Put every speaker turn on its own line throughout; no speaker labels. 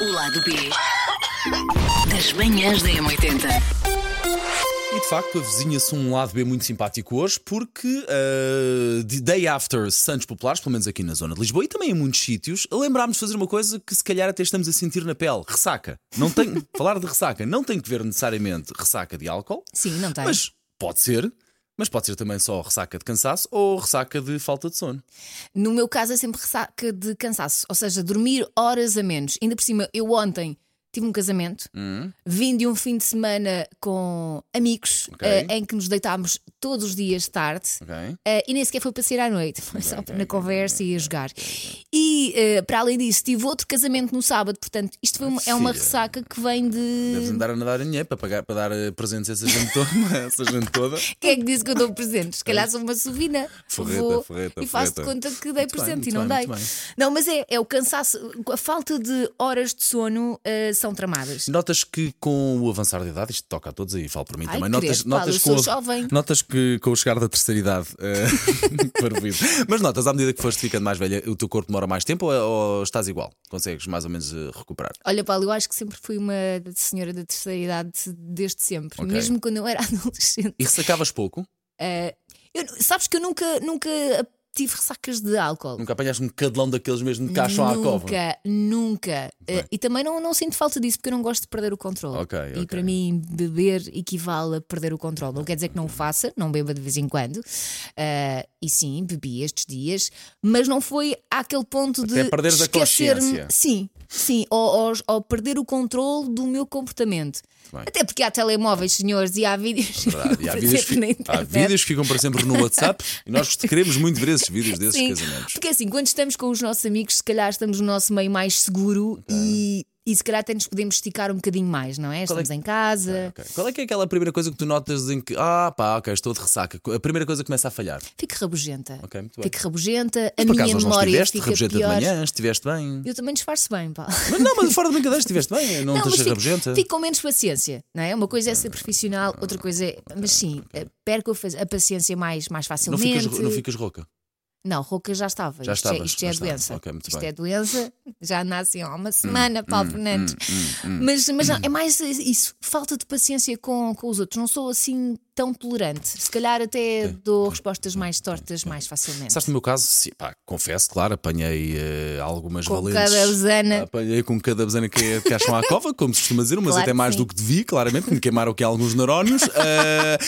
O lado B das manhãs da M80.
E de facto, avizinha-se um lado B muito simpático hoje, porque ah, de day after Santos Populares, pelo menos aqui na zona de Lisboa e também em muitos sítios, lembrámos de fazer uma coisa que se calhar até estamos a sentir na pele: ressaca. Não tem, falar de ressaca não tem que ver necessariamente ressaca de álcool,
Sim, não tem.
mas pode ser. Mas pode ser também só ressaca de cansaço ou ressaca de falta de sono.
No meu caso é sempre ressaca de cansaço, ou seja, dormir horas a menos. Ainda por cima, eu ontem tive um casamento,
Hum?
vim de um fim de semana com amigos,
Ok.
eh, em que nos deitámos todos os dias tarde.
Ok?
eh, e nem sequer foi passear à noite, foi só na conversa e a jogar. E eh, para além disso, tive outro casamento no sábado, portanto, isto foi uma- é uma
Filha.
ressaca que vem
Deves
de.
andar a nadar em dinheiro para, pagar, para dar eh, presentes a essa gente toda. essa gente toda.
Quem é que disse que eu dou presentes? Se calhar sou uma sovina.
Forreta,
Vou
forreta,
e faço de
forreta.
conta que dei
Muito bem,
presente e
muito
não
bem,
dei.
muito bem.
Não, mas é, é o cansaço, a falta de horas de sono eh, são tramadas.
Notas que com o avançar da idade, isto toca a todos aí, falo por mim
Ai,
também. Notas,
credo, Paulo,
notas,
eu sou
com
jovem.
notas que com o chegar da terceira idade eh, para o vivo. Mas notas, à medida que foste ficando mais velha, o teu corpo demora mais tempo ou, ou estás igual? Consegues mais ou menos eh, recuperar?
Olha, Paulo, eu acho que sempre fui uma senhora da terceira idade desde sempre,
Ok.
mesmo quando eu era adolescente.
E ressacavas pouco?
Eu- sabes que eu nunca, nunca tive ressacas de álcool.
Nunca apanhaste um cadelão daqueles mesmo de caixão à cova?
Nunca, nunca.
bem.
Eh, e também não, não sinto falta disso porque eu não gosto de perder o controle.
Ok,
e
ok.
para mim, beber equivale a perder o controle. Não quer dizer que não o faça, não beba de vez em quando. Ah, e sim, bebi estes dias, mas não foi àquele ponto
Até
de
perderes a consciência.
esquecer-me. Sim, sim, ou, ou- ou perder o controle do meu comportamento.
bem. É
Até porque há telemóveis, senhores, e há vídeos.
Verdade, e há,
por
vídeos
exemplo, na
que, há
internet.
vídeos que ficam para sempre no WhatsApp e nós queremos muito ver esses vídeos desses
Sim,
casamentos.
Porque assim, quando estamos com os nossos amigos, se calhar estamos no nosso meio mais seguro e, e se calhar até nos podemos esticar um bocadinho mais, não é?
Qual é
Estamos em casa,
Ok. Qual é que é aquela primeira coisa que tu notas em que, ah pá, ok, estou de ressaca? A primeira coisa que começa a falhar.
fico rabugenta.
Ok, muito bem.
fico rabugenta, a
Por
minha
acaso hoje não
memória
estiveste
fica
rabugenta de
pior.
manhã, estiveste bem.
Eu também disfarço bem, pá.
Mas não, mas fora de brincadeira, estiveste bem, não, te
mas
achas
fico,
rabugenta?
fico com menos paciência, não é? Uma
Ah,
coisa é ser profissional, outra coisa é. Mas sim, perco a fa- a paciência mais, mais
Não
facilmente.
ficas, não ficas rouca.
Não, rouca já estava.
Já
isto é,
estavas,
isto
já
é
estavas.
doença.
Ok, muito
isto
bem. Hum,
é doença, já nasce há uma semana, Paulo Fernandes. Mas, mas não, é mais isso, falta de paciência com, com os outros. Não sou assim tão tolerante. Se calhar até
Hum,
dou respostas mais tortas mais facilmente.
Sabes, no meu caso, sim, pá, confesso, claro, apanhei eh, algumas
Com
valentes.
cada besana.
Apanhei com cada besana que é de caixão à cova, como se costuma dizer, mas
Claro
até
que
mais
sim.
do que devi, claramente, me queimaram aqui alguns neurónios. Eh,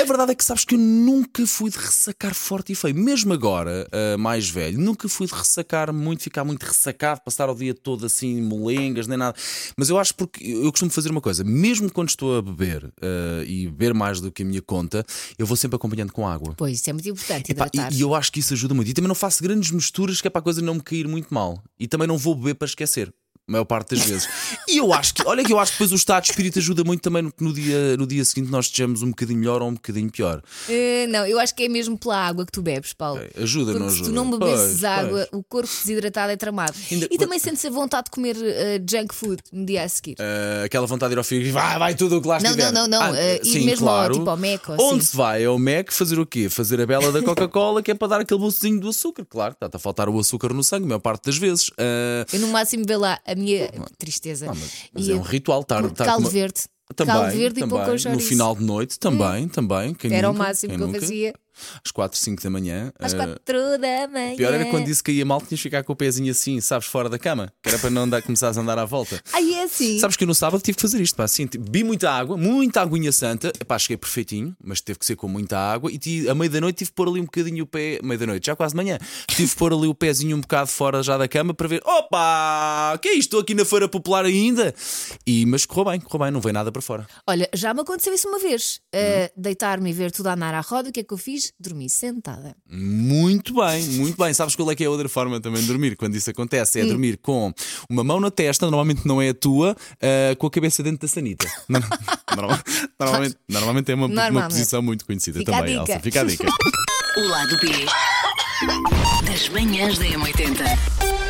a verdade é que sabes que eu nunca fui de ressacar forte e feio, mesmo agora, eh, mais velho, nunca fui de ressacar muito, ficar muito ressacado, passar o dia todo assim, molengas, nem nada. Mas eu acho porque eu costumo fazer uma coisa, mesmo quando estou a beber eh, e beber mais do que a minha conta, eu vou sempre acompanhando com água.
Pois, isso é muito importante,
Epá,
hidratar.
e, e eu acho que isso ajuda muito. E também não faço grandes misturas que é para a coisa não me cair muito mal. E também não vou beber para esquecer. A maior parte das vezes. E eu acho que, olha que eu acho que depois o estado de espírito ajuda muito também no, no dia, no dia seguinte nós estejamos um bocadinho melhor ou um bocadinho pior.
Eh, não, eu acho que é mesmo pela água que tu bebes, Paulo.
Ajuda, não
Porque se
ajuda?
tu não
Pois,
bebesses
pois.
água, o corpo desidratado é tramado.
Ainda-
E também sentes a vontade de comer eh, junk food no dia a seguir.
Ah, aquela vontade de ir ao fígado e vai, vai tudo o que lá
Não,
estiver.
não, não, não, ah, ir mesmo ao- tipo ao Mac ou
Onde
assim.
se vai? É ao Mac fazer o quê? Fazer a bela da Coca-Cola que é para dar aquele bolsozinho do açúcar. Claro, está a faltar o açúcar no sangue, a maior parte das vezes. Ah,
Eu no máximo vejo lá a minha tristeza.
mas
E
é um ritual estar, estar com
caldo
uma-
verde.
Também,
caldo verde e
também,
pouco ao
No
chouriço.
final de noite, também, também. Quem
Hum. Era o
nunca,
máximo
quem
que eu
nunca.
fazia.
Às 4, 5 da manhã.
Às
eh,
quatro da manhã.
Pior era quando disse que ia mal, tinhas de ficar com o pezinho assim, sabes, fora da cama, que era para não andar, começares a andar à volta.
Aí é assim.
Sabes que eu no sábado tive que fazer isto, pá, assim, tipo, bebi muita água, muita aguinha santa, pá, cheguei perfeitinho, mas teve que ser com muita água e ti- a meio da noite tive que pôr ali um bocadinho o pé, meio da noite, já quase de manhã, tive que pôr ali o pezinho um bocado fora já da cama para ver, opa, que é isto, estou aqui na feira popular ainda, e, mas correu bem, correu bem, não veio nada para fora.
Olha, já me aconteceu isso uma vez.
Hum?
Uh, Deitar-me e ver tudo a andar à roda, o que é que eu fiz? Dormi sentada.
Muito bem, muito bem. Sabes qual é que é a outra forma também de dormir quando isso acontece? É dormir com uma mão na testa, normalmente não é a tua, ah, com a cabeça dentro da sanita. Norma- norma- normalmente, normalmente é uma, uma
Normalmente.
posição muito conhecida
Fica a
também,
dica.
Elsa. Fica a dica.
O lado B das manhãs da M80.